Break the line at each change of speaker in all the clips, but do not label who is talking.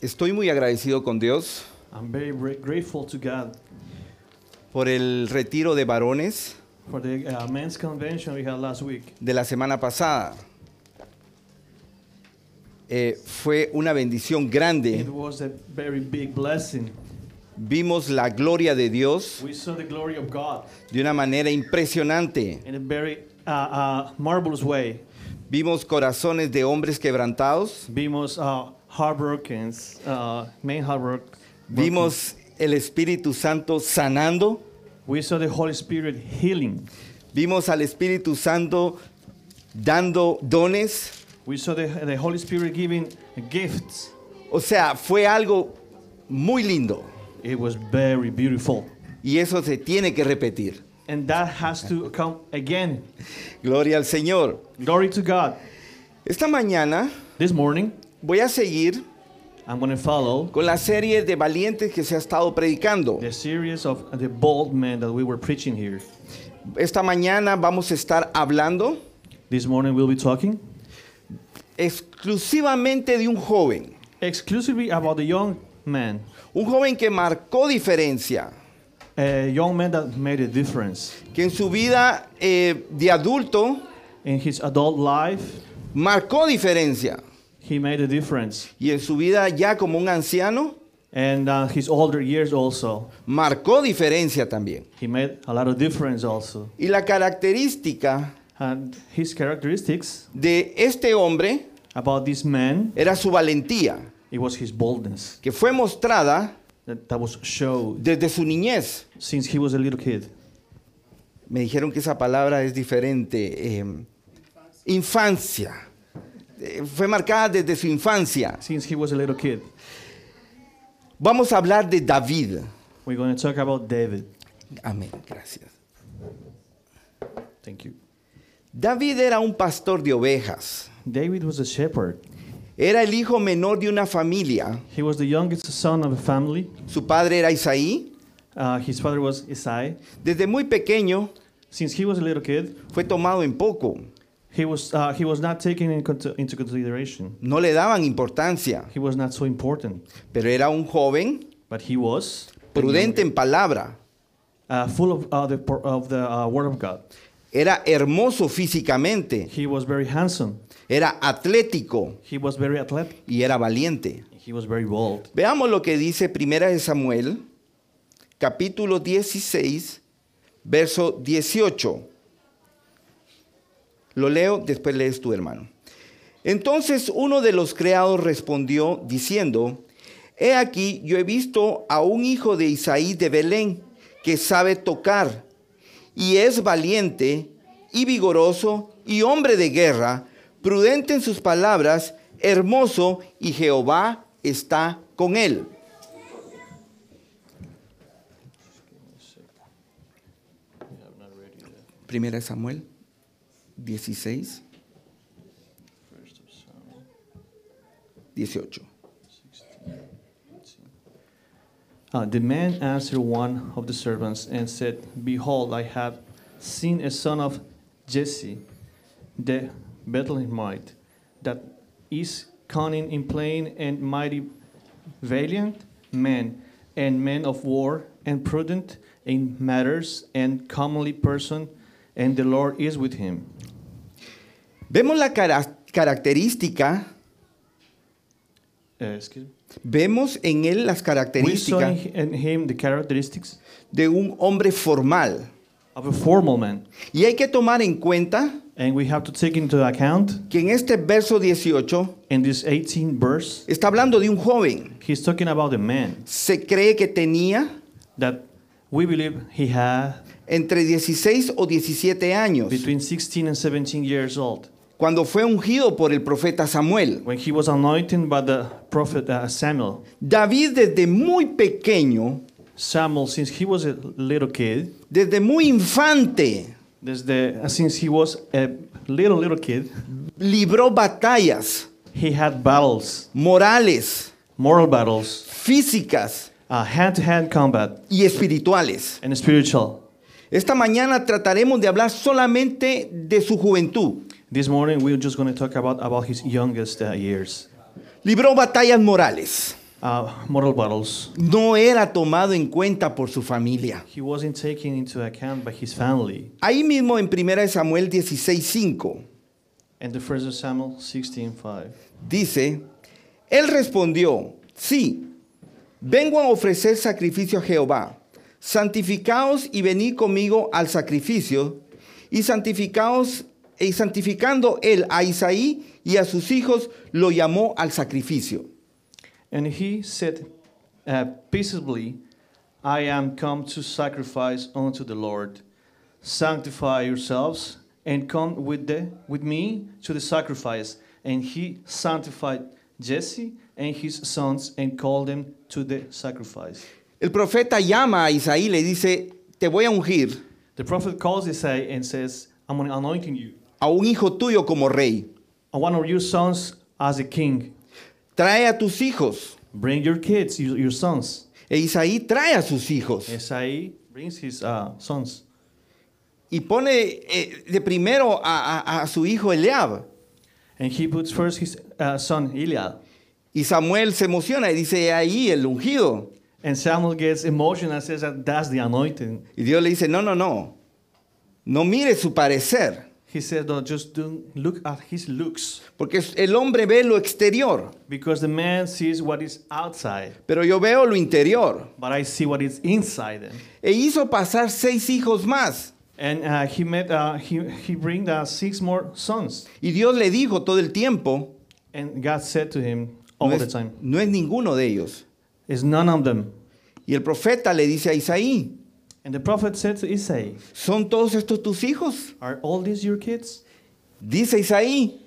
Estoy muy agradecido con Dios
I'm very gra- grateful to God
por el retiro de varones
for the uh, men's convention we had last week.
de la semana pasada. Eh, fue una bendición grande.
It was a very big blessing.
Vimos la gloria de Dios
We saw the glory of God
de una manera impresionante.
in a very uh, uh, marvelous way.
Vimos corazones de hombres quebrantados.
Vimos uh, hardworkings, uh, main hardwork.
Vimos el Espíritu Santo sanando.
We saw the Holy Spirit healing.
Vimos al Espíritu Santo dando dones.
We saw the, the Holy Spirit giving gifts.
O sea, fue algo muy lindo.
It was very beautiful.
Y eso se tiene que repetir.
And that has to come again.
Gloria al Señor.
Glory to God.
Esta mañana
This morning,
voy a seguir
I'm going to follow
con la serie de valientes que se ha estado predicando.
the series of the bold men that we were preaching here.
Esta mañana vamos a estar hablando
This morning, we'll be talking
exclusivamente de un joven.
exclusively about the young man,
Un joven que marcó diferencia,
a young man that made a difference
que en su vida eh, de adulto
in his adult life.
marcó diferencia.
He made a difference,
Y en su vida ya como un anciano
and uh, his older years also.
marcó diferencia también.
He made a lot of difference also.
Y la característica
And his characteristics
de este hombre
about this man,
era su valentía,
it was his boldness
que fue mostrada
that, that was showed
desde su niñez.
since he was a little kid.
Me dijeron que esa palabra es diferente. eh, infancia. Eh, fue marcada desde su infancia.
Since he was a little kid,
Vamos a hablar de David.
we're going to talk about David.
Amén, gracias.
Thank you.
David era un pastor de ovejas.
David was a shepherd.
Era el hijo menor de una familia.
He was the youngest son of a family.
Su padre era Isaí.
Uh, his father was Isai.
Desde muy pequeño
Since he was a little kid,
fue tomado en poco.
he was uh, he was not taken in cont- into consideration.
No le daban importancia,
He was not so important,
pero era un joven
but he was
prudente en palabra.
uh, full of uh, the por- of the uh, word of God.
Era hermoso físicamente.
He was very handsome.
Era atlético.
He was very athletic.
y era valiente.
He was very bold.
Veamos lo que dice Primera de Samuel, capítulo 16, verso 18. Lo leo, después lees tu hermano. Entonces uno de los creados respondió diciendo, He aquí yo he visto a un hijo de Isaí de Belén que sabe tocar y es valiente y vigoroso y hombre de guerra, prudente en sus palabras, hermoso y Jehová está con él. Primera de Samuel 16, 18.
Uh, the man answered one of the servants and said, Behold, I have seen a son of Jesse, the Bethlehemite, that is cunning in playing and mighty, valiant man, and man of war, and prudent in matters, and comely person, and the Lord is with him. Uh,
Vemos la cara- característica,
Uh, excuse me.
vemos en él las
We saw in
características
hi- in him the characteristics
de un hombre formal.
of a formal man,
Y hay que tomar en cuenta
and we have to take into account
que en este verso 18
in this 18 verse.
Está hablando de un joven.
He's talking about a man
Se cree que tenía
that we believe he had
entre 16 o 17 años
between 16 and 17 years old
cuando fue ungido por el profeta Samuel.
when he was anointed by the prophet uh, Samuel.
David desde muy pequeño,
Samuel, since he was a little kid,
desde muy infante,
desde, uh, since he was a little, little kid,
libró batallas
he had battles,
morales,
moral battles,
físicas
uh, hand-to-hand combat,
y espirituales.
and spiritual.
Esta mañana trataremos de hablar solamente de su juventud.
This morning, we're just going to talk about, about his youngest uh, years.
Libró batallas morales.
uh, moral battles.
no era tomado en cuenta por su familia.
He wasn't taken into account by his family.
Ahí mismo en 1 Samuel 16:5
And the first of Samuel 16:5.
dice, él respondió, sí, vengo a ofrecer sacrificio a Jehová, santificaos y venid conmigo al sacrificio, y santificaos, y santificando él a Isaí y a sus hijos, lo llamó al sacrificio.
And he said uh, peaceably, I am come to sacrifice unto the Lord. Sanctify yourselves and come with, the, with me to the sacrifice. And he sanctified Jesse and his sons and called them to the sacrifice.
El profeta llama a Isaí y le dice, te voy a ungir
The prophet calls Isaiah and says, I'm anointing you.
a un hijo tuyo como rey,
I want your sons as a king.
trae a tus hijos.
Bring your kids, your, your sons.
E Isaí trae a sus hijos
Isaiah brings his uh, sons.
y pone eh, de primero a, a- a su hijo Eliab.
And he puts first his uh, son Eliab.
Y Samuel se emociona y dice, "He ahí el ungido.
And Samuel gets emotional and says that that's the anointing.
Y Dios le dice, no, no, no, no mire su parecer,
He said, no, just don't look at his looks.
porque es- el hombre ve lo exterior,
Because the man sees what is outside,
pero yo veo lo interior.
but I see what is inside him.
E hizo pasar seis hijos más.
And uh, he met, uh, he, he bring uh, six more sons.
Y Dios le dijo todo el tiempo,
And God said to him all
no
the
es,
time,
no es ninguno de ellos.
it's none of them.
Y el profeta le dice a Isaí,
And the prophet said to Isaiah,
¿son todos estos tus hijos?
are all these your kids?
Dice Isaí,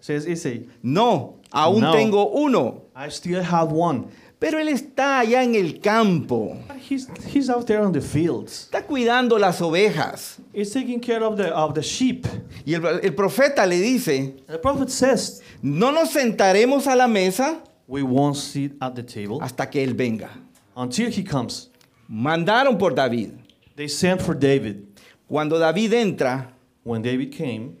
Says Isaiah,
No, aún
No.
tengo uno.
I still have one.
Pero él está allá en el campo.
But He's, he's out there on the fields.
Está cuidando las ovejas.
He's taking care of the, of the sheep.
Y el, el profeta le dice,
The prophet says,
no nos sentaremos a la mesa
We won't sit at the table
hasta que él venga.
until he comes.
Mandaron por David.
They sent for David.
Cuando David entra,
When David came,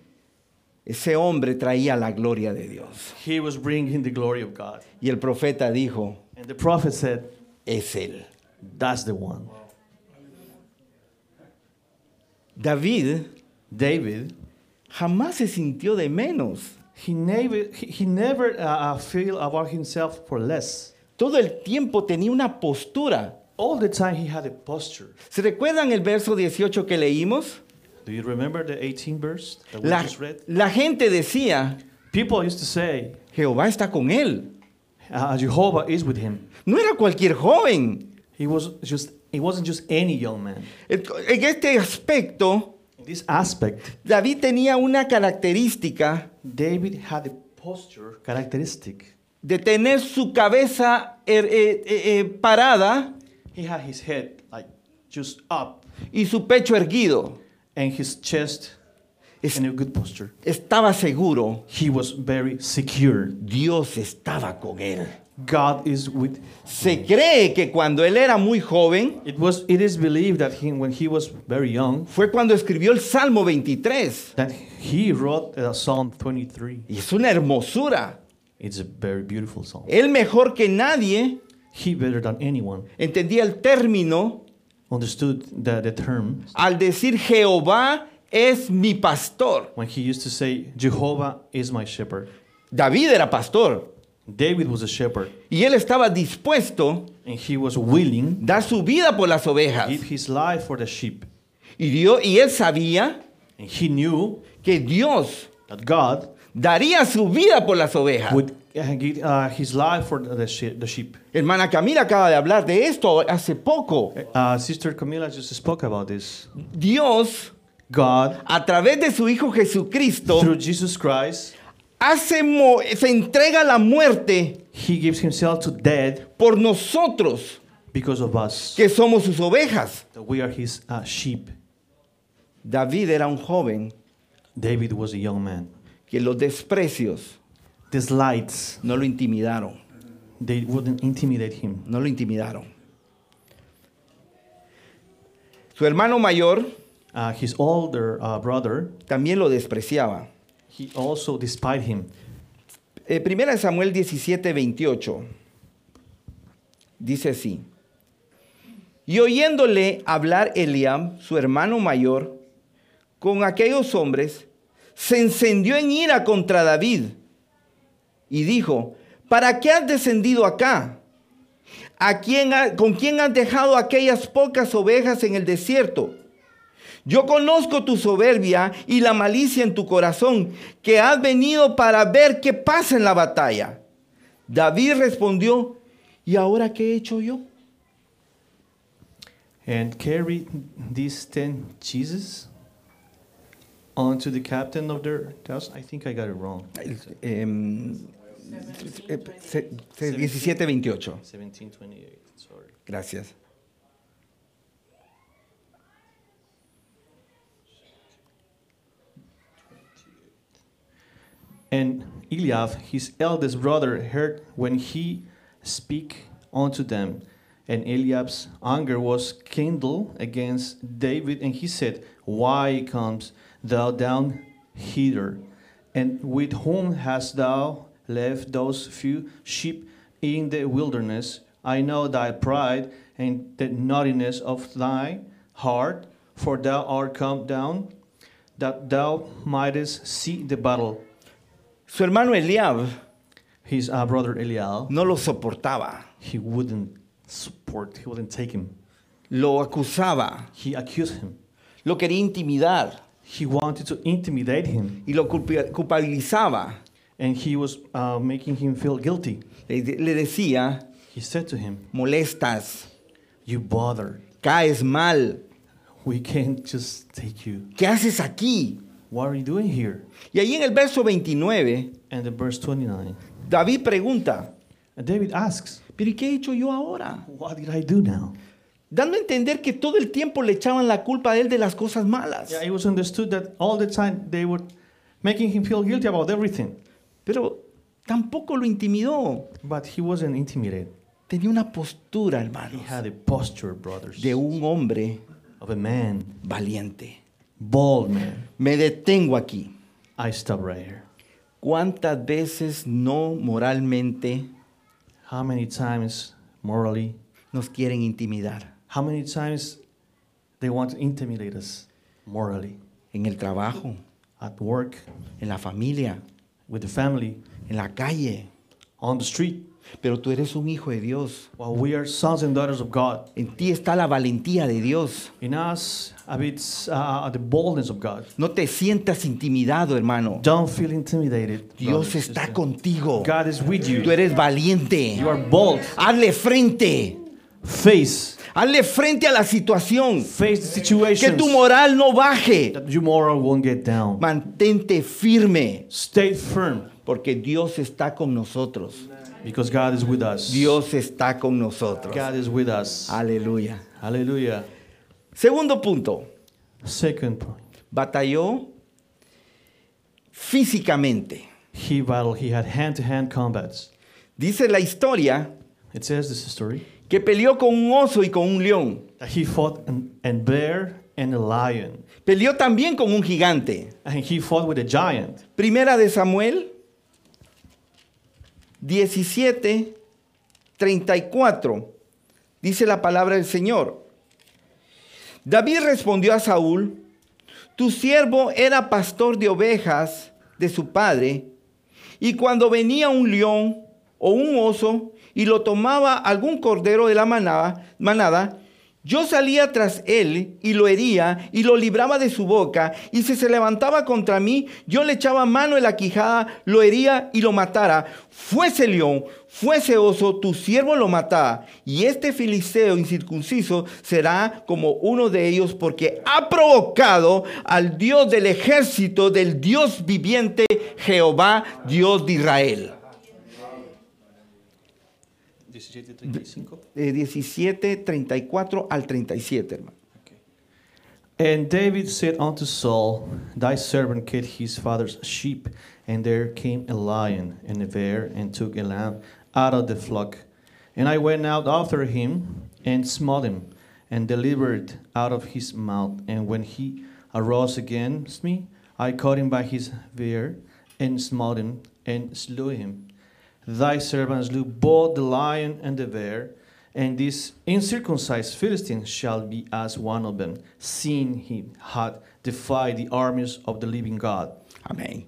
ese hombre traía la gloria de Dios.
he was bringing the glory of God.
Y el profeta dijo,
And the prophet said,
es él.
That's the one.
David
David,
jamás se sintió de menos.
he never, he, he never uh, uh, feel about himself for less.
Todo el tiempo tenía una postura.
All the time he had a posture.
¿Se recuerdan el verso 18 que leímos?
Do you remember the 18th verse that we
La,
just read?
la gente decía,
People used to say,
Jehová está con él.
uh, Jehovah is with him.
No era cualquier joven.
He was just he wasn't just any young man.
Et- En este aspecto,
In this aspect,
David tenía una característica
David had a posture characteristic.
de tener su cabeza er- eh, eh, eh, parada
He had his head like just up
y su pecho erguido.
and his chest
Es-
in a good posture.
estaba seguro,
He was very secure.
Dios estaba con él.
God is with.
Se cree que cuando él era muy joven,
It was. It is believed that he, when he was very young,
fue cuando escribió el Salmo 23.
that he wrote uh, Psalm 23.
Y es una hermosura.
It's a very beautiful psalm.
Él mejor que nadie
He better than anyone
entendía el término
understood the, the term
al decir Jehová es mi pastor.
when he used to say, "Jehovah is my shepherd."
David era pastor
David was a shepherd,
y él estaba dispuesto
and he was willing
a dar su vida por las
to
ovejas.
give his life for the sheep.
Y, Dios- y él sabía
And he knew
que Dios
that God
daría su vida por las ovejas.
would uh, give uh, his life for the, she- the sheep.
Hermana Camila acaba de hablar de esto hace poco.
Uh, Sister Camila just spoke about this.
Dios,
God,
a través de su Hijo Jesucristo,
through Jesus Christ,
hace mo- se entrega a la muerte
he gives himself to death
por nosotros,
because of us.
que somos sus ovejas.
That we are his uh, sheep.
David era un joven
David was a young man.
que los desprecios
These lights,
no lo intimidaron.
they wouldn't intimidate him.
No lo intimidaron. Su hermano mayor
Uh, his older uh, brother,
también lo despreciaba.
he also despised him.
Eh, primera de Samuel 17, 28. Dice así. Y oyéndole hablar Eliam, su hermano mayor, con aquellos hombres, se encendió en ira contra David y dijo, ¿para qué has descendido acá? ¿A quién ha- ¿Con quién has dejado aquellas pocas ovejas en el desierto? Yo conozco tu soberbia y la malicia en tu corazón, que has venido para ver qué pasa en la batalla. David respondió, ¿y ahora qué he hecho yo?
and carried these ten cheeses onto the captain of their thousand. I think I got it wrong.
Em, eh, se- se- 17-28.
1728, sorry.
Gracias.
And Eliab, his eldest brother, heard when he speak unto them. And Eliab's anger was kindled against David, and he said, Why comes thou down hither? And with whom hast thou left those few sheep in the wilderness? I know thy pride and the naughtiness of thy heart, for thou art come down, that thou mightest see the battle.
Su hermano Eliab
His uh, brother Elial,
no lo soportaba,
he wouldn't support, he wouldn't take him.
lo acusaba,
He accused him.
lo quería intimidar
He wanted to intimidate him,
y lo culpi- culpabilizaba.
and he was uh, making him feel guilty.
Le, de- le decía,
He said to him,
molestas,
"You bother.
caes mal,
We can't just take you.
¿qué haces aquí?
What are you doing here?"
Y ahí en el verso 29,
And the verse 29,
David pregunta,
and David asks,
¿pero y qué he hecho yo ahora?
"What did I do now?"
Dando a entender que todo el tiempo le echaban la culpa a él de las cosas malas.
Yeah, it was understood that all the time they were making him feel guilty about everything,
Pero tampoco lo intimidó.
but he wasn't intimidated.
Tenía una postura,
He
hermanos,
had a posture, brothers,
de un hombre
of a man,
valiente.
bold man.
Me detengo aquí.
I stop right here.
¿Cuántas veces no moralmente
How many times morally,
nos quieren intimidar?
how many times they want to intimidate us morally
En el trabajo,
at work,
en la familia,
with the family,
en la calle.
on the street?
Pero tú eres un hijo de Dios.
While we are sons and daughters of God,
En ti está la valentía de Dios.
in us, a bit uh, the boldness of God.
No te sientas intimidado, hermano.
Don't feel intimidated.
Dios
brothers,
está
sisters.
contigo.
God is with
Tú
you.
eres valiente.
You are bold.
Hazle frente.
Face,
Hazle frente a la situación.
face the
Que
situation.
tu moral no baje.
That your moral won't get down.
Mantente firme.
Stay firm,
Porque Dios está con nosotros.
because God is with us.
Dios está con nosotros.
God is with us.
Aleluya.
Hallelujah.
Segundo punto.
Second point.
Batalló físicamente.
He battled, he had hand to hand combats.
Dice la historia
It says this story
que peleó con un oso y con un león.
that he fought an, an bear and a lion,
Peleó también con un gigante.
and he fought with a giant.
Primera de Samuel 17, 34. Dice la palabra del Señor. David respondió a Saúl, tu siervo era pastor de ovejas de su padre, y cuando venía un león o un oso y lo tomaba algún cordero de la manada, manada, yo salía tras él y lo hería y lo libraba de su boca, y si se levantaba contra mí, yo le echaba mano en la quijada, lo hería y lo matara. Fuese león, fuese oso, tu siervo lo mataba, y este filisteo incircunciso será como uno de ellos, porque ha provocado al Dios del ejército, del Dios viviente, Jehová, Dios de Israel. De 17, 34 al 37, hermano.
And David said unto Saul, Thy servant killed his father's sheep, and there came a lion and a bear, and took a lamb out of the flock. And I went out after him, and smote him, and delivered it out of his mouth. And when he arose against me, I caught him by his beard, and smote him, and slew him. Thy servant slew both the lion and the bear, And this incircumcised Philistine shall be as one of them, seeing he had defied the armies of the living God.
Amén.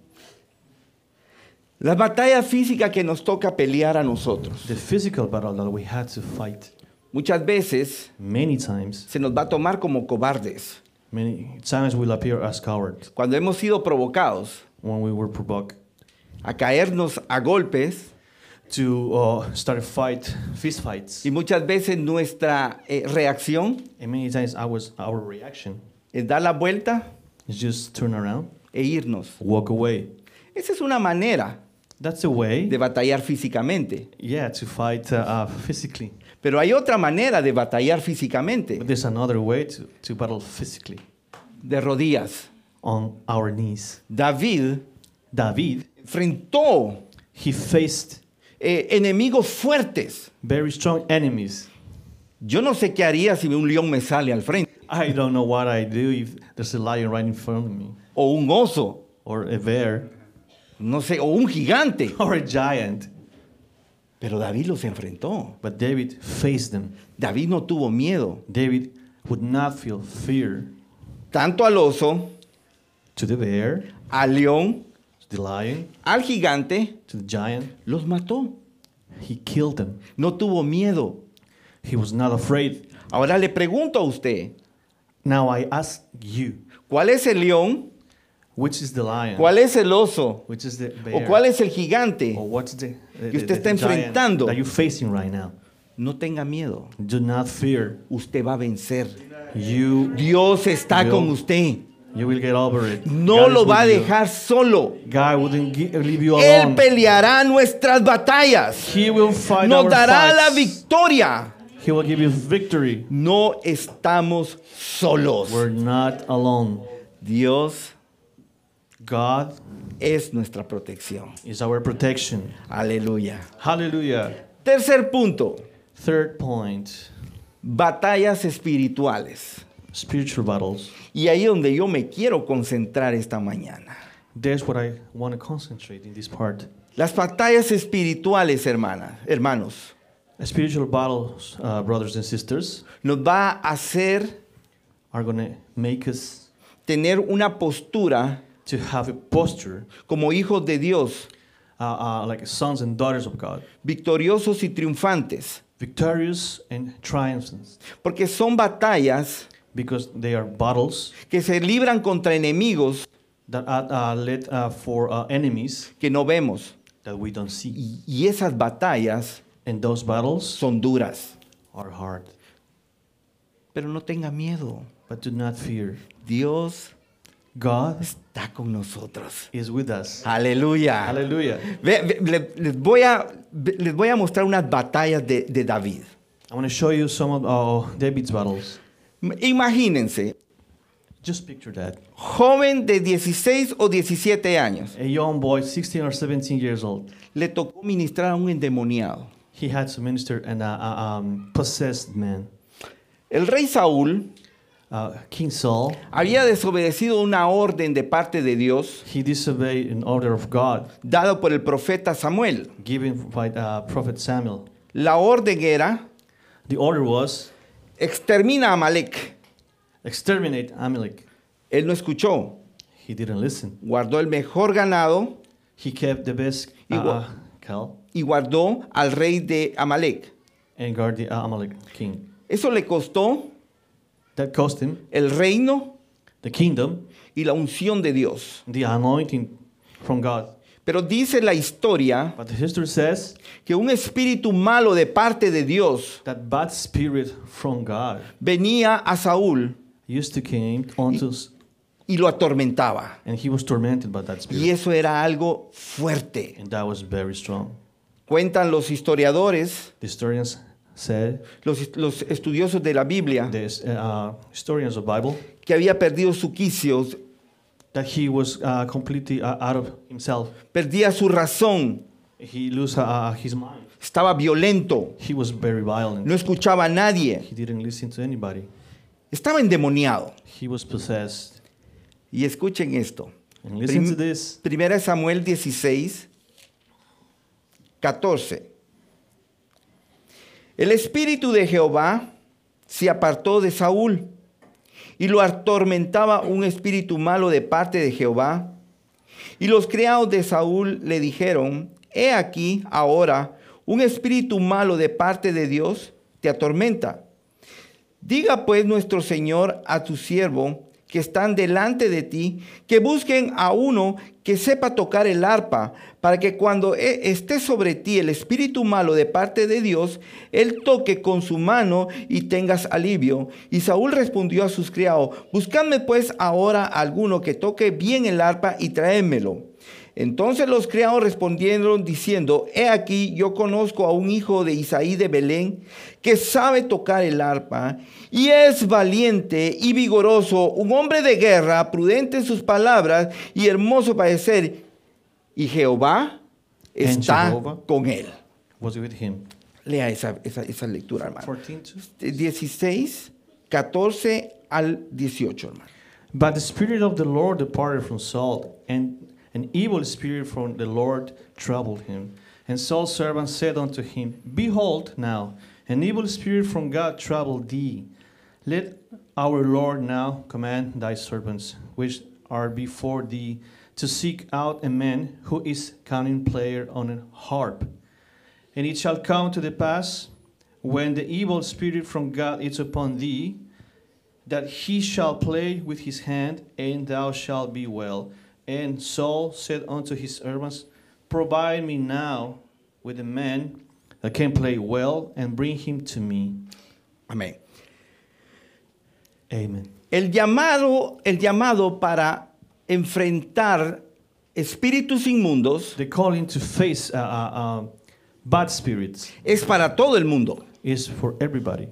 La batalla física que nos toca pelear a nosotros.
The physical battle that we had to fight
Muchas veces
many times,
se nos va a tomar como cobardes.
many times will appear as cowards
Cuando hemos sido provocados
when we were provoked
a caernos a golpes
to uh, start a fight, fist fights.
y muchas veces nuestra eh, reacción
And many times I was our reaction
es dar la vuelta
is just turn around,
e irnos.
walk away.
Esa es una manera
That's a way,
de batallar físicamente.
yeah, to fight uh, uh, physically.
Pero hay otra manera de batallar físicamente,
But there's another way to, to battle physically
de rodillas.
on our knees.
David
David,
enfrentó
he faced
eh, enemigos fuertes.
very strong enemies.
Yo no sé qué haría si un león me sale al frente,
I don't know what I do if there's a lion right in front of me,
o un oso,
or a bear,
no sé, o un gigante.
or a giant.
Pero David los enfrentó.
But David faced them.
David no tuvo miedo,
David would not feel fear
tanto al oso,
to the bear,
al león,
to the lion,
al gigante,
to the giant.
los mató.
He killed them.
No tuvo miedo.
He was not afraid.
Ahora le pregunto a usted,
Now I ask you,
¿cuál es el león?
which is the lion?
¿Cuál es el oso?
Which is the bear?
¿O cuál es el gigante?
Or what's the, the,
Eh, Que usted
the-
está
the giant
enfrentando.
that you're facing right now?
No tenga miedo.
Do not fear.
Usted va a vencer.
You
Dios está
Dios.
con usted.
you will get over it.
No
God
lo
is
va a
with you.
dejar solo.
God wouldn't gi- leave you
Él
alone.
peleará nuestras batallas.
He will fight
Nos
our
dará la
fights.
victoria.
He will give you victory.
No estamos solos.
We're not alone.
Dios
God
es nuestra protección.
is our protection.
Aleluya.
Hallelujah.
Tercer punto,
Third point
batallas espirituales.
spiritual battles.
Y ahí donde yo me quiero concentrar esta mañana.
That's what I want to concentrate in this part.
Las batallas espirituales, hermanas, hermanos,
Spiritual battles, uh, brothers and sisters,
nos va a hacer
are going to make us
tener una postura
to have a posture
como hijos de Dios,
uh, uh, like sons and daughters of God,
victoriosos y triunfantes,
victorious and triumphant,
porque son batallas
because they are battles
que se libran contra enemigos
that are uh, led uh, for uh, enemies
que no vemos.
that we don't see.
Y y esas batallas
And those battles
son duras.
are hard.
Pero no tenga miedo.
But do not fear.
Dios
God
está con nosotros.
is with us.
Aleluya.
Hallelujah.
Ve- ve- le- les, voy a, ve- les voy a mostrar unas batallas de, de David.
I want to show you some of uh, David's battles.
M- Imagínense,
Just picture that.
joven de 16 o 17 años,
A young boy, 16 or 17 years old,
le tocó ministrar a un endemoniado.
he had to minister and a, a um, possessed man.
El rey Saúl
Uh, King Saul,
había desobedecido una orden de parte de Dios
he disobeyed an order of God
dado por el profeta Samuel.
given by uh, Prophet Samuel.
La orden era,
The order was
extermina a Amalek.
exterminate Amalek.
Él no escuchó,
He didn't listen.
guardó el mejor ganado
He kept the best uh,
He wa-
uh, cow
y guardó al rey de Amalek.
and guard the uh, Amalek king.
Eso le costó
That cost him
el reino
the kingdom,
y la unción de Dios.
the anointing from God.
Pero dice la historia
But the history says
que un espíritu malo de parte de Dios
that bad spirit from God
venía a Saúl
used to came onto us,
y lo atormentaba.
and he was tormented by that
Y
spirit,
eso era algo fuerte.
and that was very strong.
Cuentan los historiadores,
The historians said,
los, los estudiosos de la Biblia,
the uh, historians of Bible,
que había perdido su quicio,
that he was uh, completely uh, out of himself.
perdía su razón,
He lost uh, his mind.
estaba violento,
He was very violent.
no escuchaba a nadie,
He didn't listen to anybody.
estaba endemoniado.
He was possessed.
Y escuchen esto.
And listen
Prim-
to this.
Primera de Samuel 16, 14. El espíritu de Jehová se apartó de Saúl y lo atormentaba un espíritu malo de parte de Jehová. Y los criados de Saúl le dijeron, he aquí ahora un espíritu malo de parte de Dios te atormenta. Diga pues nuestro Señor a tu siervo que están delante de ti, que busquen a uno que sepa tocar el arpa, para que cuando e- esté sobre ti el espíritu malo de parte de Dios, él toque con su mano y tengas alivio. Y Saúl respondió a sus criados, buscadme pues ahora alguno que toque bien el arpa y tráemelo. Entonces los criados respondieron diciendo, he aquí yo conozco a un hijo de Isaí de Belén que sabe tocar el arpa y es valiente y vigoroso, un hombre de guerra, prudente en sus palabras y hermoso parecer. Y Jehová
And
está
Jehovah.
con él.
was with him.
Lea esa, esa- esa lectura, hermano.
14 too.
16, 14 al 18, hermano.
But the Spirit of the Lord departed from Saul, and an evil spirit from the Lord troubled him. And Saul's servant said unto him, Behold, now, an evil spirit from God troubled thee. Let our Lord now command thy servants, which are before thee, to seek out a man who is cunning player on an harp. And it shall come to the pass, when the evil spirit from God is upon thee, that he shall play with his hand, and thou shalt be well. And Saul said unto his servants, Provide me now with a man that can play well, and bring him to me.
Amén.
Amen.
El llamado, el llamado para enfrentar espíritus inmundos
The calling to face uh, uh, uh, bad spirits
es para todo el mundo,
is for everybody,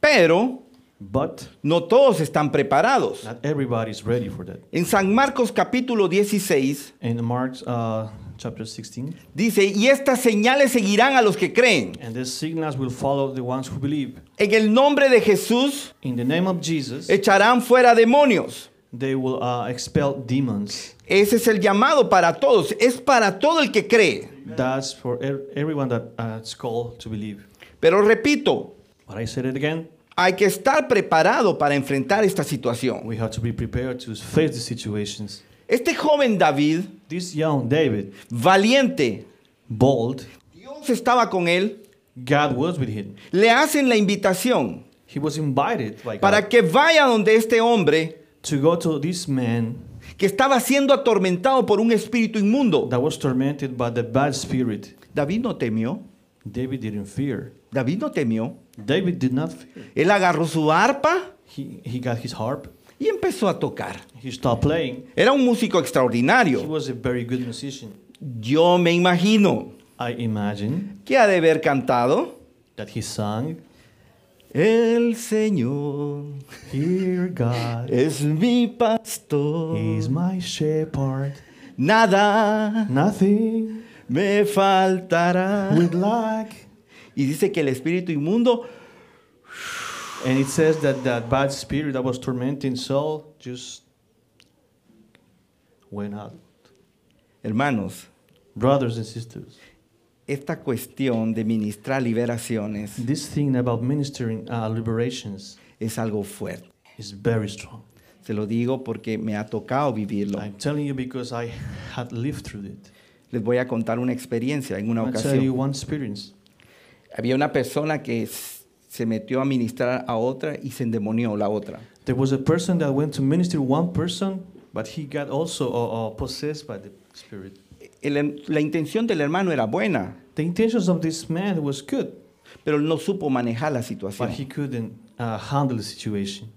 pero
but
no todos están preparados.
not everybody is ready for that.
En San Marcos capítulo 16
In Mark uh, chapter 16,
dice, y estas señales seguirán a los que creen.
and the signals will follow the ones who believe.
En el nombre de Jesús
In the name of Jesus,
echarán fuera demonios.
they will uh, expel demons.
Ese es el llamado para todos, es para todo el que cree.
That's for er- everyone that uh, it's called to believe.
Pero repito,
But I said it again.
hay que estar preparado para enfrentar esta situación.
We have to be prepared to face the situations.
Este joven David,
This young David,
valiente,
bold,
Dios estaba con él,
God was with him.
le hacen la invitación
He was invited by God
para que vaya donde este hombre
to go to this man
que estaba siendo atormentado por un espíritu inmundo.
that was tormented by the bad spirit.
David no temió,
David didn't fear.
David no temió.
David did not fear.
Él agarró su arpa
He, he got his harp.
y empezó a tocar.
He stopped playing.
Era un músico
He
extraordinario.
was a very good musician.
Yo me imagino
I imagine
que ha de haber cantado.
that he sang,
El Señor
Hear God
es mi pastor,
is my shepherd.
nada
Nothing
me faltará.
with lack.
Y dice que el espíritu inmundo
And it says that that bad spirit that was tormenting Saul just went out.
Hermanos,
Brothers and sisters,
esta cuestión de ministrar liberaciones
this thing about ministering uh, liberations
es algo fuerte.
is very strong.
Se lo digo porque me ha tocado vivirlo.
I'm telling you because I had lived through it.
Les voy a contar una experiencia en una
I'll tell you
ocasión.
one experience.
Había una persona que s- se metió a ministrar a otra y se endemonió la otra.
There was a person that went to minister one person, but he got also uh, uh, possessed by the spirit.
El em- la intención del hermano era buena,
The intentions of this man was good,
pero él no supo manejar la
but
situación.
he couldn't uh, handle the situation.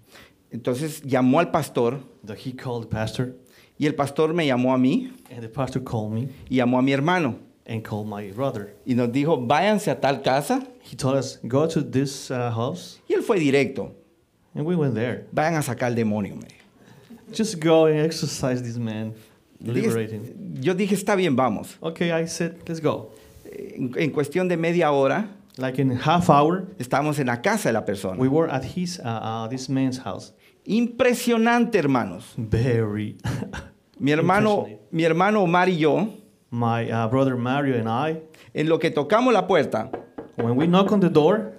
Entonces llamó al pastor
That he called the pastor
y el pastor me llamó a mí
And the pastor called me
y llamó a mi hermano
and called my brother.
y nos dijo, váyanse a tal casa.
He told us, go to this uh, house.
Y él fue directo,
And we went there.
vayan a sacar al demonio. me dijo.
Just go and exercise this man,
Yo dije,
liberate him.
Yo dije, está bien, vamos.
Okay, I said, let's go.
En, en cuestión de media hora,
Like in half hour,
estábamos en la casa de la persona.
we were at his, uh, uh, this man's house.
Impresionante, hermanos.
Very.
Mi hermano,
Impresionante.
mi hermano Omar y yo,
my uh, brother Mario and I,
en lo que tocamos la puerta,
when we knock on the door,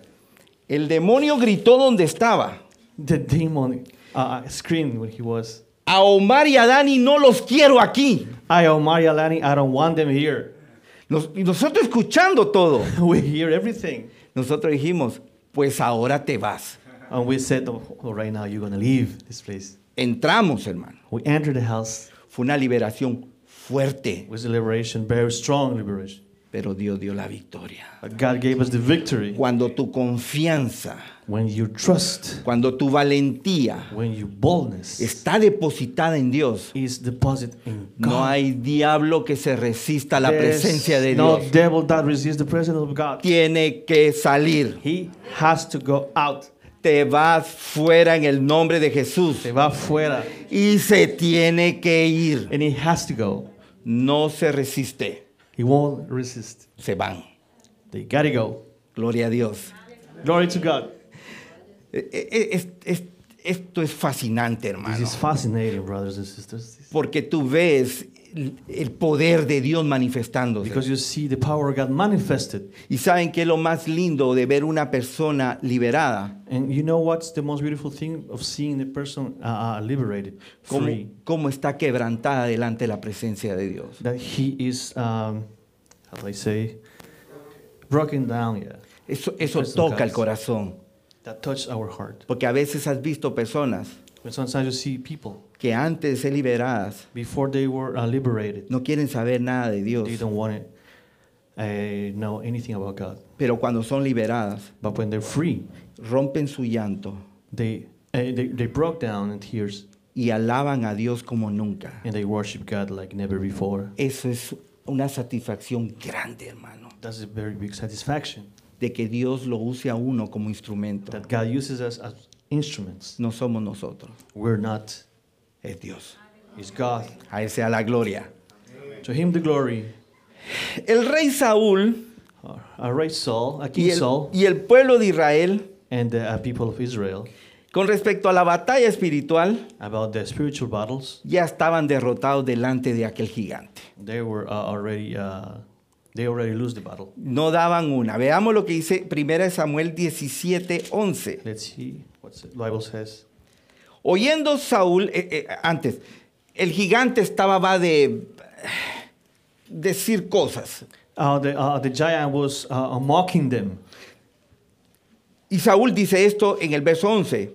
El demonio gritó donde estaba.
The demon uh, screamed when he was,
A Omar y a Dani no los quiero aquí.
I, Omar Yalani, I don't want them here.
Nos- y nosotros escuchando todo.
We hear everything.
Nosotros dijimos, pues ahora te vas.
And we said, oh, oh, right now you're going to leave this place.
Entramos, hermano.
We entered the house.
Fue una liberación fuerte,
It was a liberation, very strong liberation.
pero Dios dio la victoria.
But God gave us the victory.
Cuando tu confianza,
When your trust,
cuando tu valentía
when your boldness
está depositada en Dios,
is deposited in
no
God.
hay diablo que se resista a la
There's
presencia de
no
Dios.
devil that resists the presence of God.
Tiene que salir.
He has to go out.
Te vas fuera en el nombre de Jesús
Se va fuera.
y se tiene que ir.
And he has to go.
No se resiste.
He won't resist.
Se van.
They gotta go.
Gloria a Dios.
Glory to God.
Eh, eh, es- es- esto es fascinante,
This
hermano.
is fascinating, brothers and sisters.
Porque tú ves el- el poder de Dios manifestándose.
Because you see the power of God manifested.
y saben que es lo más lindo de ver una persona liberada.
And you know what's the most beautiful thing of seeing the person uh, uh, liberated,
Cómo,
free?
cómo está quebrantada delante de la presencia de Dios.
That he is, um, how do I say, broken down, yeah.
Eso, eso
Eso,
toca
guys.
el corazón.
That touched our heart.
Porque a veces has visto personas
When sometimes you see people,
que antes de ser liberadas
before they were uh, liberated,
no quieren saber nada de Dios.
they don't want to uh, know anything about God.
Pero cuando son liberadas,
But when they're free,
rompen su llanto
they, uh, they, they broke down in tears
y alaban a Dios como nunca.
and they worship God like never before.
Eso es una satisfacción grande, hermano,
That's a very big satisfaction
de que Dios lo use a uno como instrumento.
that God uses us as instruments.
No somos nosotros,
We're not,
es Dios.
it's God.
A Él sea la gloria.
To him the glory.
El rey Saúl
Uh, A right Saul, a
y
King
el,
Saul,
y el pueblo de Israel,
and the uh, people of Israel
con respecto a la batalla espiritual,
about the spiritual battles.
ya estaban derrotados delante de aquel gigante.
They were uh, already, uh, they already lose the battle.
No daban una. Veamos lo que dice 1 Samuel 17, 11.
Let's see what the Bible says.
Oyendo Saúl, eh, eh, antes, el gigante estaba va de eh, decir cosas.
Uh, the, uh, the giant was uh, mocking them.
Y Saúl dice esto en el verso 11.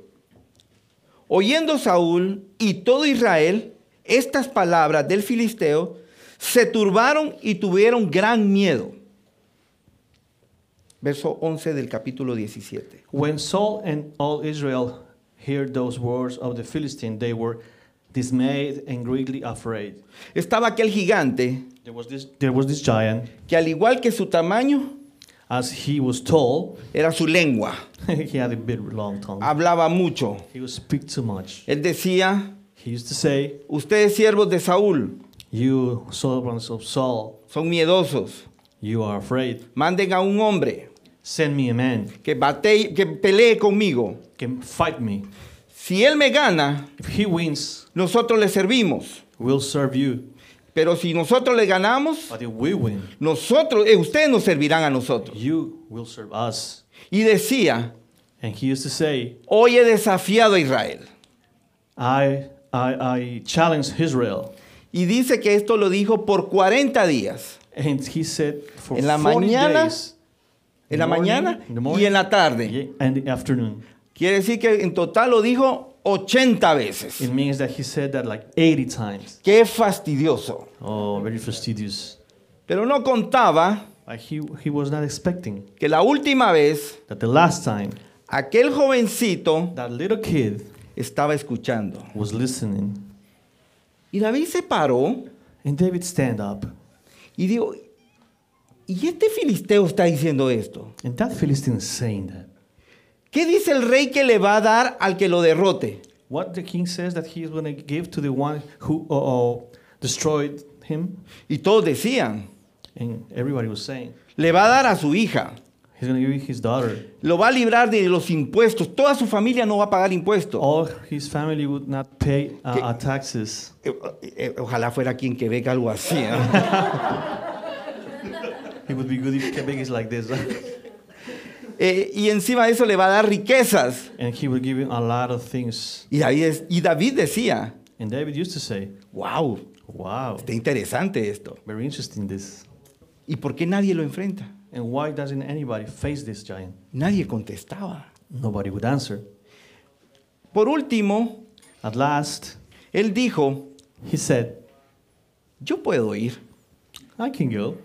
Oyendo Saúl y todo Israel estas palabras del filisteo, se turbaron y tuvieron gran miedo. Verso 11 del capítulo 17.
When Saul and all Israel heard those words of the Philistine, they were dismayed and greatly afraid.
Estaba aquel gigante
There was this, there was this giant.
que al igual que su tamaño,
As he was tall,
era su lengua.
he had a bit long tongue.
Hablaba mucho.
He would speak too much.
Él decía,
He used to say,
ustedes siervos de Saúl
"You servants of Saul,
son miedosos.
you are afraid.
Manden a un hombre
Send me a man
que, bate- que pelee conmigo.
can fight me.
Si él me gana,
If he wins,
nosotros le servimos.
we'll serve you.
Pero si nosotros le ganamos,
But if we win,
nosotros, eh, ustedes nos servirán a nosotros.
you will serve us."
Y decía,
And he used to say,
hoy he desafiado a Israel.
"I, I, I challenge Israel."
Y dice que esto lo dijo por 40 días.
And he said for
En la
40
mañana,
days,
En la
morning,
mañana
in the
y
morning,
en la tarde.
yeah, and the afternoon.
Quiere decir que en total lo dijo 80 veces.
It means that he said that like 80 times.
Qué fastidioso.
Oh, very fastidious.
Pero no contaba
Like he, he was not expecting
que la última vez
that the last time
aquel jovencito
that little kid
estaba escuchando.
was listening.
Y David se paró
And David stand up.
y dijo, ¿y este filisteo está diciendo esto?
And that Philistine is saying that.
¿Qué dice el rey que le va a dar al que lo derrote?
What the king says that he is going to give to the one who uh, oh, destroyed him.
Y todos decían,
And everybody was saying,
le va a dar a su hija,
he's going to give his daughter.
lo va a librar de los impuestos, toda su familia no va a pagar impuestos.
All his family would not pay uh, uh, taxes.
Eh, eh, Ojalá fuera aquí en Quebec algo así. ¿eh? ¿no?
It would be good if Quebec is like this.
eh, y encima de eso le va a dar riquezas.
and he will give you a lot of things.
Y David, es- y David decía,
And David used to say,
wow,
Wow,
está interesante esto.
very interesting this.
¿Y por qué nadie lo enfrenta?
And why doesn't anybody face this giant?
Nadie contestaba.
Nobody would answer.
Por último,
At last,
él dijo,
he said,
yo puedo ir,
I can go.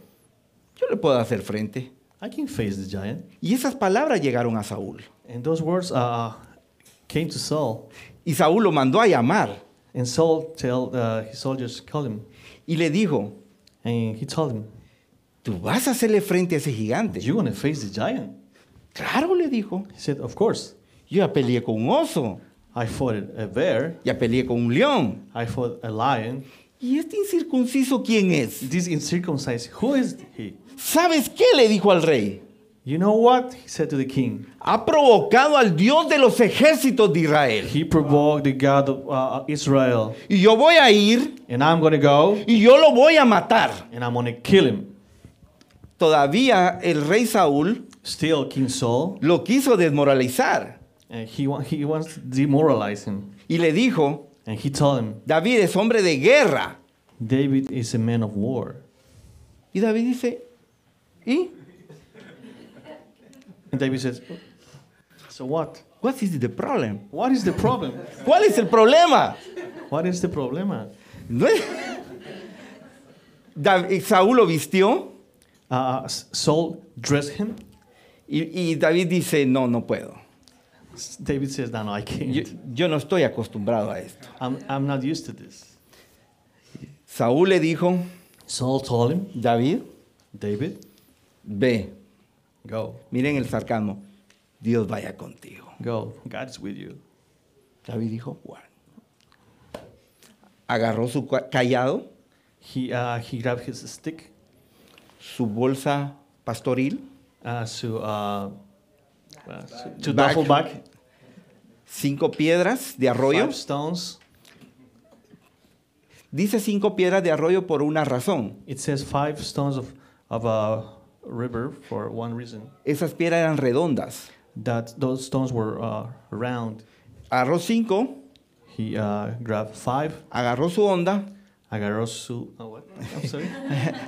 yo le puedo hacer frente.
I can face the giant.
Y esas palabras llegaron a Saúl.
And those words uh, came to Saul.
Y Saúl lo mandó a llamar
And Saul tell uh, his soldiers, call him.
y le dijo,
And he told him,
tú vas a hacerle frente a ese gigante.
you want to face the giant?
claro, le dijo,
He said, of course.
yo ya peleé con un oso,
I fought a bear.
ya peleé con un león.
I fought a lion.
¿Y este incircunciso quién es?
This incircumcised, who is he?
¿Sabes qué le dijo al rey?
You know what? He said to the king.
Ha provocado al Dios de los ejércitos de Israel.
He provoked the God of uh, Israel.
Y yo voy a ir
And I'm going to go
y yo lo voy a matar.
and I'm going to kill him.
Todavía el rey Saúl
Still, King Saul,
lo quiso desmoralizar
and he, wa- he wants to demoralize him.
y le dijo,
And he told him,
David es hombre de guerra.
David is a man of war.
Y David dice, ¿y?
And David says, So what?
What is the problem?
What is the problem?
¿Cuál es el problema?
What is the Uh, problema?
No es- Dav- Saúl lo vistió
Uh, S- Saul dressed him.
y, y David dice, no, no puedo.
S- David says, No, no, I can't.
Yo, yo no estoy acostumbrado a esto.
I'm, I'm not used to this.
Saúl le dijo,
Saul told him,
David,
David,
ve.
go,
Miren el sarcasmo. Dios vaya contigo.
go. God is with you.
David dijo, "What?". Agarró su cua- callado,
He, uh, he grabbed his stick
su bolsa pastoril,
uh, to, uh, uh, to, to
Back.
duffel bag,
cinco piedras de arroyo.
five stones.
Dice cinco piedras de arroyo por una razón.
It says five stones of, of a river for one reason.
Esas piedras eran redondas.
That those stones were uh, round.
Agarró cinco,
He uh, grabbed five.
agarró su onda,
Agarró su. Oh, what? I'm sorry.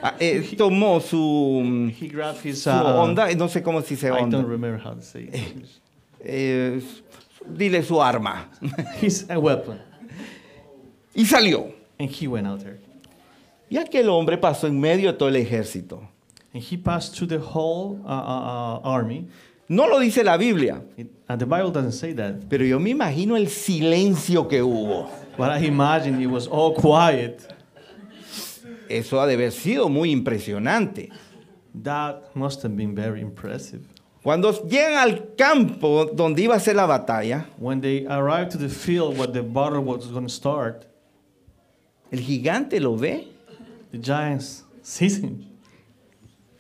ah, eh, tomó su,
he grabbed his.
su
Uh,
onda, eh, no sé cómo se dice
I don't
onda.
remember how to say it. in English.
Eh, dile su arma.
his a weapon.
y salió.
And he went out there.
Y aquel hombre pasó en medio de todo el ejército.
And he passed through the whole uh, uh, uh, army.
No lo dice la Biblia,
It, and the Bible doesn't say that.
pero yo me imagino el silencio que hubo.
But I imagine it was all quiet.
Eso ha de haber sido muy impresionante.
That must have been very impressive.
Cuando llegan al campo donde iba a ser la batalla,
When they arrived to the field where the battle was going to start,
el gigante lo ve
the giants sees him.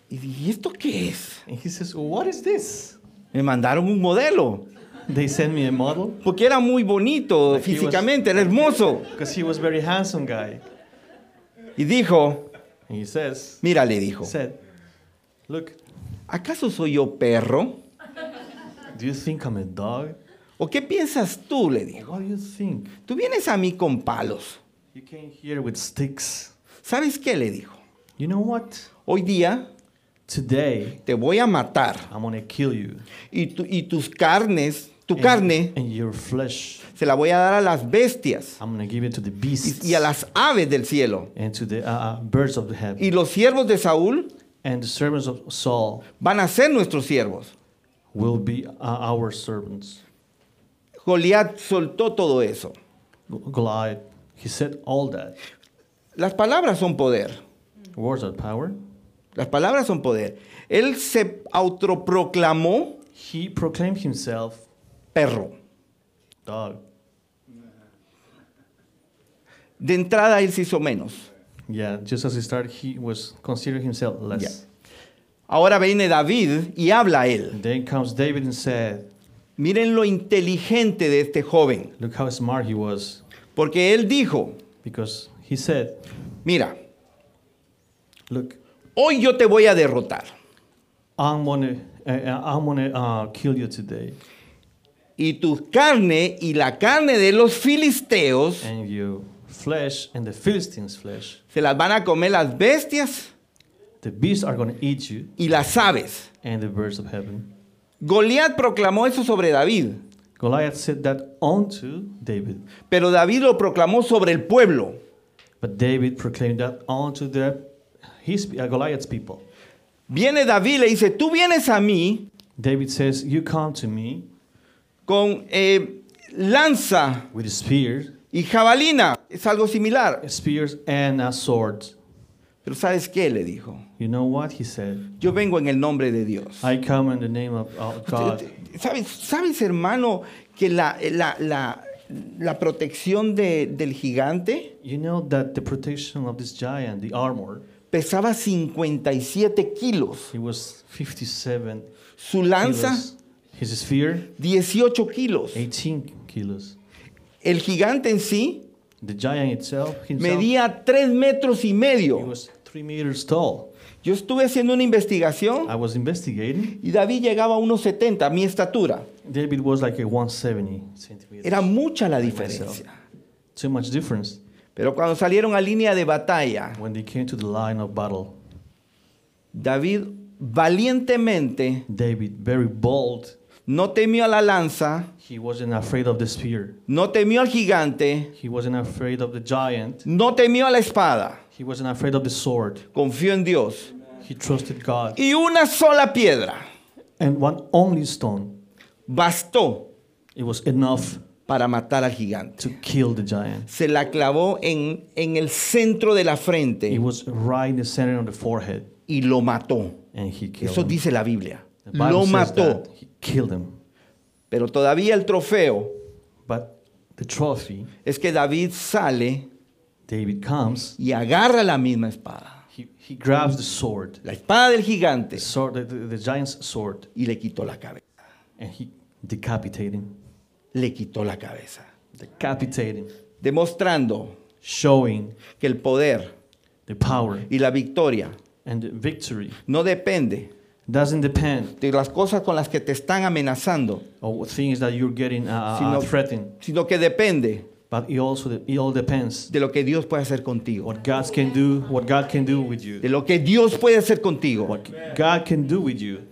y dice, ¿y esto qué es?
And he says, What is this?
Me mandaron un modelo,
They sent me a model
porque era muy bonito
Aquí vas-
físicamente, era hermoso.
because he was a very handsome guy.
Y dijo,
And he says,
mira, le dijo,
said, Look,
¿acaso soy yo perro?
do you think I'm a dog?
¿O qué piensas tú? Le dijo,
What do you think?
tú vienes a mí con palos.
You came here with sticks.
¿Sabes qué? Le dijo,
You know what?
hoy día
Today
te voy a matar.
I'm gonna kill you.
y, tu- y tus carnes, tu
And-
carne,
and your flesh.
se la voy a dar a las bestias
I'm gonna give it to the beasts
y, y a las aves del cielo.
and to the uh, uh, birds of the heaven.
Y los siervos de Saúl
And the servants of Saul
van a ser nuestros siervos.
will be uh, our servants.
Goliat soltó todo eso.
Goliath, he said all that.
Las palabras son poder.
Words of power.
Las palabras son poder. Él se autoproclamó
He proclaimed himself
perro.
dog.
De entrada él se hizo menos.
Yeah, just as he started, he was considering himself less.
Ahora viene David y habla a él.
And then comes David and said,
Miren lo inteligente de este joven.
Look how smart he was.
Porque él dijo,
Because he said,
mira,
Look,
hoy yo te voy a derrotar.
I'm going to I, I- I'm gonna uh, kill you today,
y tu carne y la carne de los filisteos
and your flesh and the Philistines' flesh,
se las van a comer las bestias
the beasts are gonna eat you,
y las aves.
and the birds of heaven."
Goliat proclamó eso sobre David,
Goliath said that unto David,
pero David lo proclamó sobre el pueblo.
but David proclaimed that unto the his uh, Goliath's people.
Viene David y le dice, tú vienes a mí
David says, "You come to me
con eh, lanza
with spears,
y jabalina, es algo similar.
spears and a sword."
Pero ¿sabes qué? Le dijo,
You know what he said?
yo vengo en el nombre de Dios.
I come in the name of, of God.
¿Sabes, sabes, hermano, que la, eh, la- la- la protección de- del gigante
You know that the protection of this giant, the armor,
pesaba 57 kilos?
he was 57
Su lanza,
kilos. His sphere,
18 kilos.
18 kilos.
El gigante en sí
The giant itself, himself,
medía 3 metros y
he
medio.
was three meters tall.
Yo estuve haciendo una investigación
I was investigating.
y David llegaba a unos 70, mi estatura.
David was like a 170 centimeters.
Era mucha la diferencia.
Too much difference
Pero cuando salieron a línea de batalla,
when they came to the line of battle.
David valientemente
David, very bold,
no temió a la lanza,
he wasn't afraid of the spear.
No temió al gigante,
He wasn't afraid of the giant.
no temió a la espada,
He wasn't afraid of the sword.
confió en Dios.
He trusted God.
Y una sola piedra
And one only stone,
bastó
it was enough
para matar al gigante.
to kill the giant.
Se la clavó en, en el centro de la
It
frente
was right in the center on the forehead,
y lo mató.
and he killed
Eso
him.
dice la Biblia.
The Bible
Lo
says
mató.
that He killed him.
Pero todavía el trofeo
But the trophy,
es que David sale
David comes,
y agarra la misma espada.
he, he grabs the sword,
La espada del
the
gigante
sword, the, the, the giant's sword,
y le quitó la cabeza.
and he decapitated him.
Le quitó la cabeza.
Decapitate him,
Demostrando
showing
que el poder
the power
y la victoria
and the victory
no depende
doesn't depend
de las cosas con las que te están amenazando,
on things that you're getting uh,
Sino-
uh, threatened,
sino que depende
but it also it all depends
de lo que Dios puede hacer contigo,
what God can do, what God can do with
de
you,
lo que Dios puede hacer contigo.
what God can do with you.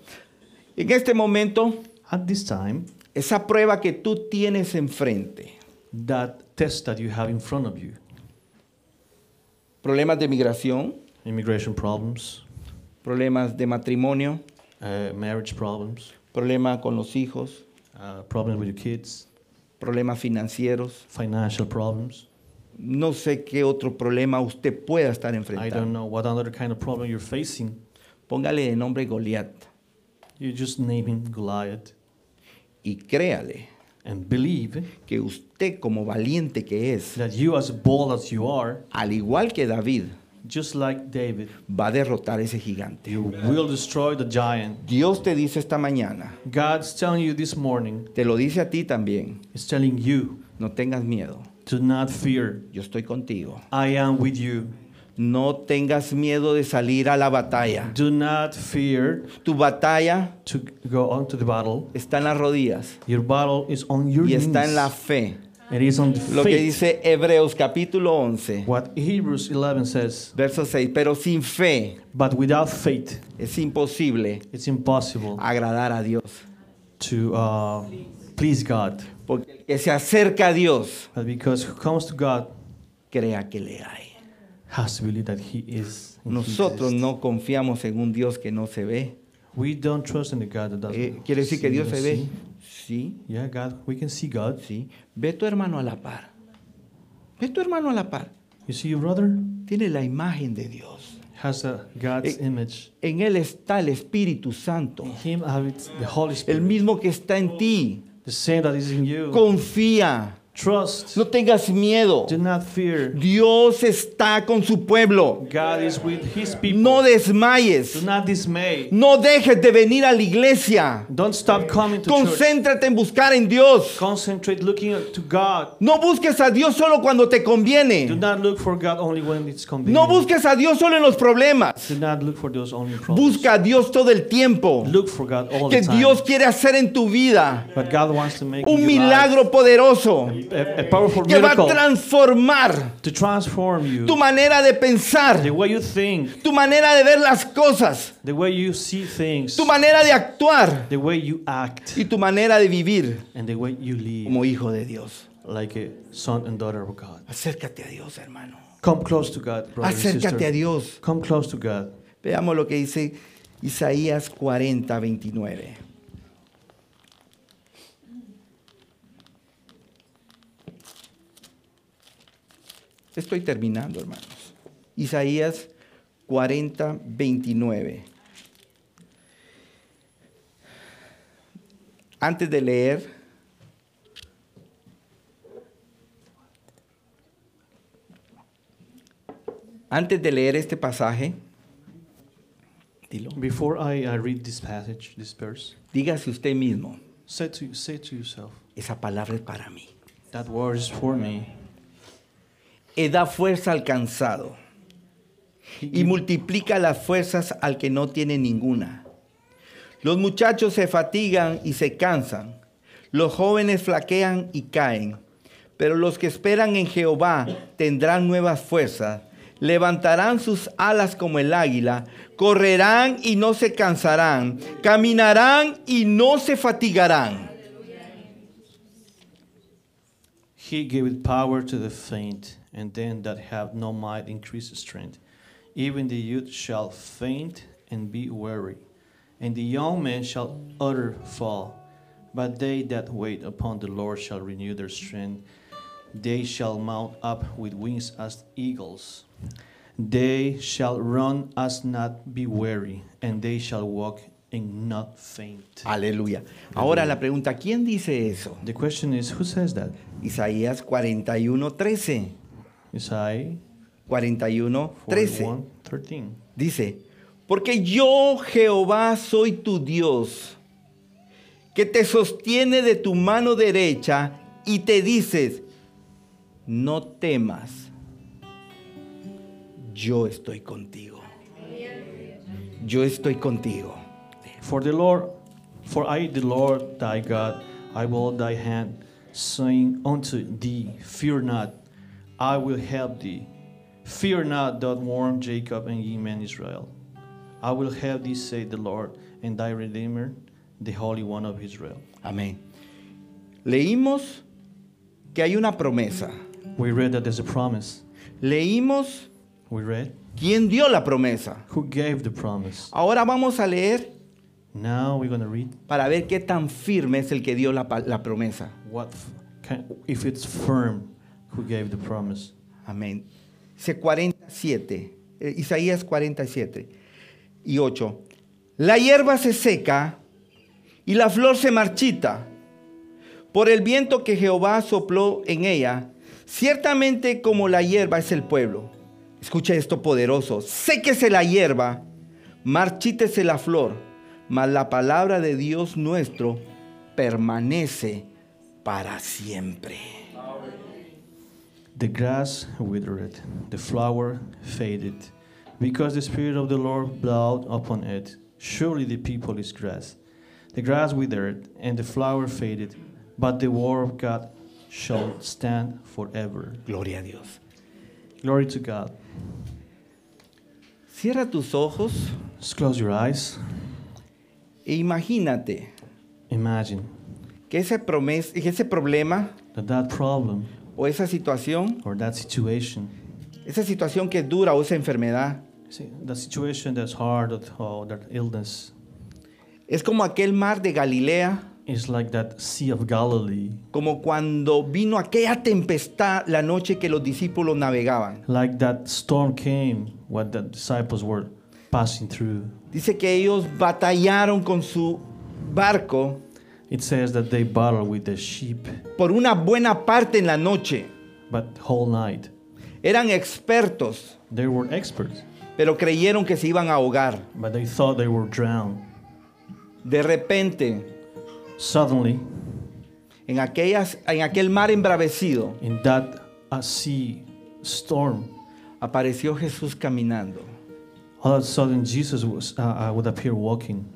En este momento,
At this time,
esa prueba que tú tienes enfrente,
that test that you have in front of you,
problemas de migración,
immigration problems,
problemas de matrimonio,
uh, marriage problems,
problemas con los hijos,
uh, problems with your kids,
problemas financieros,
financial problems.
no sé qué otro problema usted pueda estar
I
enfrentando.
don't know what other kind of problem you're facing.
Póngale de nombre Goliat
You just name him Goliath
y créale
and believe
que usted como valiente que es,
that you, as bold as you are,
al igual que David,
just like David,
va a derrotar ese gigante.
you will destroy the giant.
Dios te dice esta mañana,
God's telling you this morning,
te lo dice a ti también,
He's telling you
no tengas miedo,
to not fear.
yo estoy contigo.
I am with you.
No tengas miedo de salir a la batalla.
Do not fear
Tu batalla
to go on to the battle.
está en las rodillas
Your battle is on your
y
knees.
está en la fe.
It is on the
Lo que
faith.
dice Hebreos capítulo 11,
What Hebrews 11 says,
verso 6, pero sin fe
but without faith,
es imposible
it's impossible
agradar a Dios.
to uh, please God.
Porque el que se acerca a Dios,
But because who comes to God
crea que le hay.
has to believe that He is. and He
Nosotros
exists.
no confiamos en un Dios que no se ve.
We don't trust in the God that doesn't.
Eh, ¿Quiere decir que
see
Dios
us
se ve? Sí.
see. Yeah, God, we can see God.
Sí. Ve tu hermano a la par. Ve tu hermano a la par.
You see your brother
Tiene la imagen de Dios.
has a God's
Eh,
image.
En él está el Espíritu Santo,
In Him habits the Holy
el
Spirit,
mismo que está en ti.
the same that is in you.
Confía,
Trust.
No tengas miedo.
Do not fear.
Dios está con su pueblo.
God is with his people.
No
Do
desmayes.
not dismay.
No dejes de venir a la iglesia.
Don't stop coming to church.
Concéntrate en buscar en Dios.
Concentrate looking to God.
No busques a Dios solo cuando te
Do
conviene.
not look for God only when it's convenient.
No busques a Dios solo en los problemas.
Do not look for those only problems.
Busca a Dios todo el tiempo.
Look for God all
Que
the time.
Dios quiere hacer en tu vida
But God wants to make
un
in your life
milagro poderoso
a, a powerful
que va a
miracle
transformar
to transform you.
tu manera de pensar,
The way you think,
tu manera de ver las cosas,
the way you see things,
tu manera de actuar
the way you act,
y tu manera de vivir
and the way you live
como hijo de Dios.
like a son and daughter of God.
Acércate a Dios, hermano.
Come close to God, brother and
Acércate a
sister.
Dios.
Come close to God.
Veamos lo que dice Isaías 40, 29. Estoy terminando, hermanos. Isaías 40, 29. Antes de leer, antes de leer este pasaje, dilo,
Before I, I read this passage, this verse,
dígase usted mismo,
say to, say to yourself,
esa palabra es para mí.
that word is for me.
He eh, da fuerza al cansado y multiplica las fuerzas al que no tiene ninguna. Los muchachos se fatigan y se cansan, los jóvenes flaquean y caen, pero los que esperan en Jehová tendrán nuevas fuerzas, levantarán sus alas como el águila, correrán y no se cansarán, caminarán y no se fatigarán.
He gave power to the faint, and them that have no might increase strength. Even the youth shall faint and be weary, and the young men shall utter fall. But they that wait upon the Lord shall renew their strength. They shall mount up with wings as eagles. They shall run as not be weary, and they shall walk and not faint.
Aleluya. Ahora la pregunta, ¿quién dice eso?
The question is, who says that?
Isaías 41, 13.
Isaiah
41, 13.
41, 13.
Dice, porque yo Jehová soy tu Dios, que te sostiene de tu mano derecha y te dices, no temas, yo estoy contigo. Yo estoy contigo.
For the Lord, for I, the Lord thy God, I will thy hand, saying unto thee, Fear not, I will help thee. Fear not, thou worm Jacob and ye men Israel. I will help thee, say the Lord, and thy Redeemer, the Holy One of Israel.
Amén. Leímos que hay una promesa.
We read that there's a promise.
Leímos
We read
quién dio la promesa.
who gave the promise.
Ahora vamos a leer
Now we're gonna read
para ver qué tan firme es el que dio la, pa- la promesa.
what f- can, if it's firm who gave the promise.
Amén. Dice 47, eh, Isaías 47 y 8. La hierba se seca y la flor se marchita por el viento que Jehová sopló en ella. Ciertamente como la hierba es el pueblo. Escucha esto poderoso. Séquese la hierba, marchítese la flor, mas la palabra de Dios nuestro permanece para siempre.
The grass withered, the flower faded, because the Spirit of the Lord blowed upon it. Surely the people is grass. The grass withered, and the flower faded, but the word of God shall stand forever.
Gloria a Dios.
Glory to God.
Cierra tus ojos
Just close your eyes.
e imagínate
Imagine
que ese, promes- que ese problema
that that problem
o esa situación,
or that situation,
esa situación que es dura o esa enfermedad,
see, the situation that's hard, that, oh, that illness,
es como aquel mar de Galilea,
is like that Sea of Galilee.
como cuando vino aquella tempestad la noche que los discípulos navegaban.
like that storm came when the disciples were passing through
Dice que ellos batallaron con su barco
It says that they battle with the sheep,
por una buena parte en la noche.
but whole night.
Eran expertos,
They were experts,
pero creyeron que se iban a ahogar.
but they thought they were drowned.
De repente,
Suddenly,
en, aquellas, en aquel mar embravecido,
in that a sea storm,
apareció Jesús caminando.
all of a sudden Jesus was, uh, uh, would appear walking.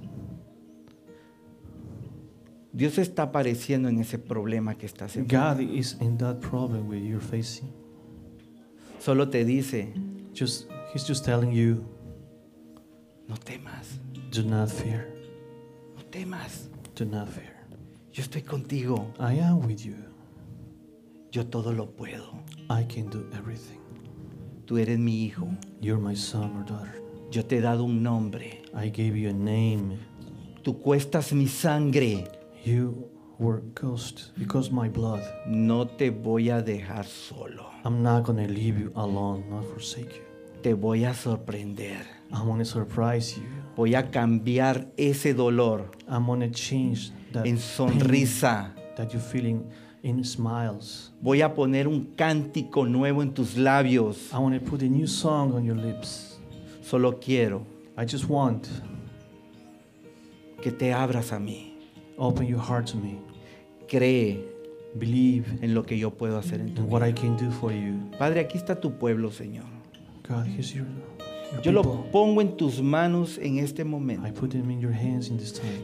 Dios está apareciendo en ese problema que estás en.
God is in that problem with you're facing.
Solo te dice,
Just He's just telling you,
no temas,
do not fear,
no temas.
do not fear.
Yo estoy contigo.
I am with you.
Yo todo lo puedo.
I can do everything.
Tú eres mi hijo.
You're my son or daughter.
Yo te he dado un nombre.
I gave you a name.
Tú cuestas mi sangre.
You were ghost because my blood.
No te voy a dejar solo.
I'm not gonna leave you alone, not forsake you.
Te voy a sorprender.
I'm gonna surprise you.
Voy a cambiar ese dolor
I'm gonna change that
en sonrisa.
pain that you're feeling in smiles.
Voy a poner un cántico nuevo en tus labios.
I wanna put a new song on your lips.
Solo quiero
I just want
que te abras a mí.
open your heart to me.
Cree
Believe
en lo que yo puedo hacer en tu
in what I can do for you.
Padre, aquí está tu pueblo, Señor.
God, here's your, your
Yo lo
people.
pongo en tus manos en este
I
momento.
put them in your hands in this time.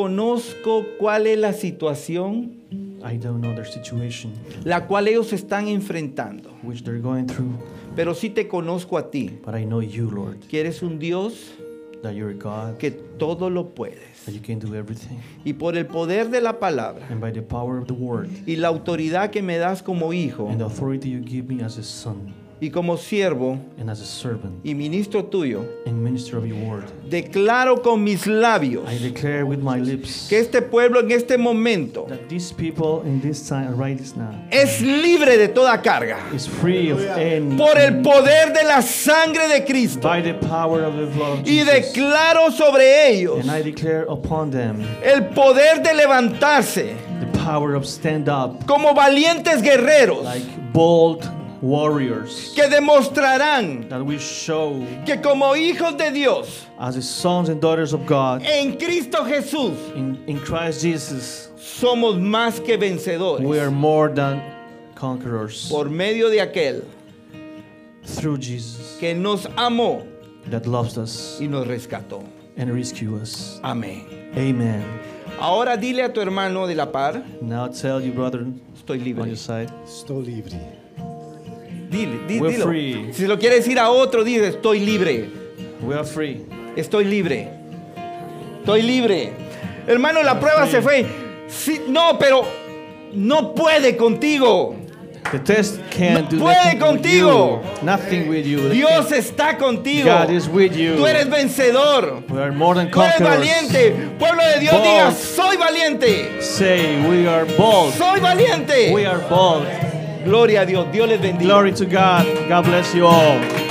Desconozco cuál es la situación
I don't know their situation,
la cual ellos están enfrentando,
which they're going through,
pero sí te conozco a ti,
but I know you, Lord,
que eres un Dios
that you're a God,
que todo lo puedes.
that you can do everything.
Y por el poder de la palabra
And by the power of the word
y la autoridad que me das como hijo
and the authority you give me as a son
y como siervo
and as a servant
y ministro tuyo,
and minister of your word,
declaro con mis labios
I declare with my lips
que este pueblo en este momento
that these people in this time, right this now,
es libre de toda carga
is free of any.
por el poder de la sangre de Cristo.
by the power of the blood of
Y
Jesus.
declaro sobre ellos
And I declare upon them
el poder de levantarse
the power of stand up,
como valientes guerreros
like bold warriors,
que demostrarán
that we show
que como hijos de Dios
as the sons and daughters of God
en Cristo Jesús
in, in Christ Jesus,
somos más que vencedores
we are more than conquerors
por medio de aquel
through Jesus
que nos amó
that loves us
y nos rescató.
and rescues us.
Amén.
Amen.
Ahora dile a tu hermano de la par,
Now tell your brother
estoy
on
libre.
your side,
Estou livre.
Dile, di-
We're
dilo.
free.
Si lo quieres decir a otro, dice, estoy libre.
we are free.
Estoy libre. Estoy libre. Hermano, la prueba se fue. Sí, no, pero no puede contigo.
The test can't do
No puede
nothing with
contigo.
you. Nothing with you. They
Dios
can't-
está contigo.
God is with you.
Tú eres vencedor.
We are more than
Tú eres
conquerors.
valiente. Pueblo de Dios,
Bold.
diga, soy valiente.
Say we are bold.
Soy
We
valiente.
are bold.
Gloria a Dios. Dios les bendiga.
Glory to God. God bless you all.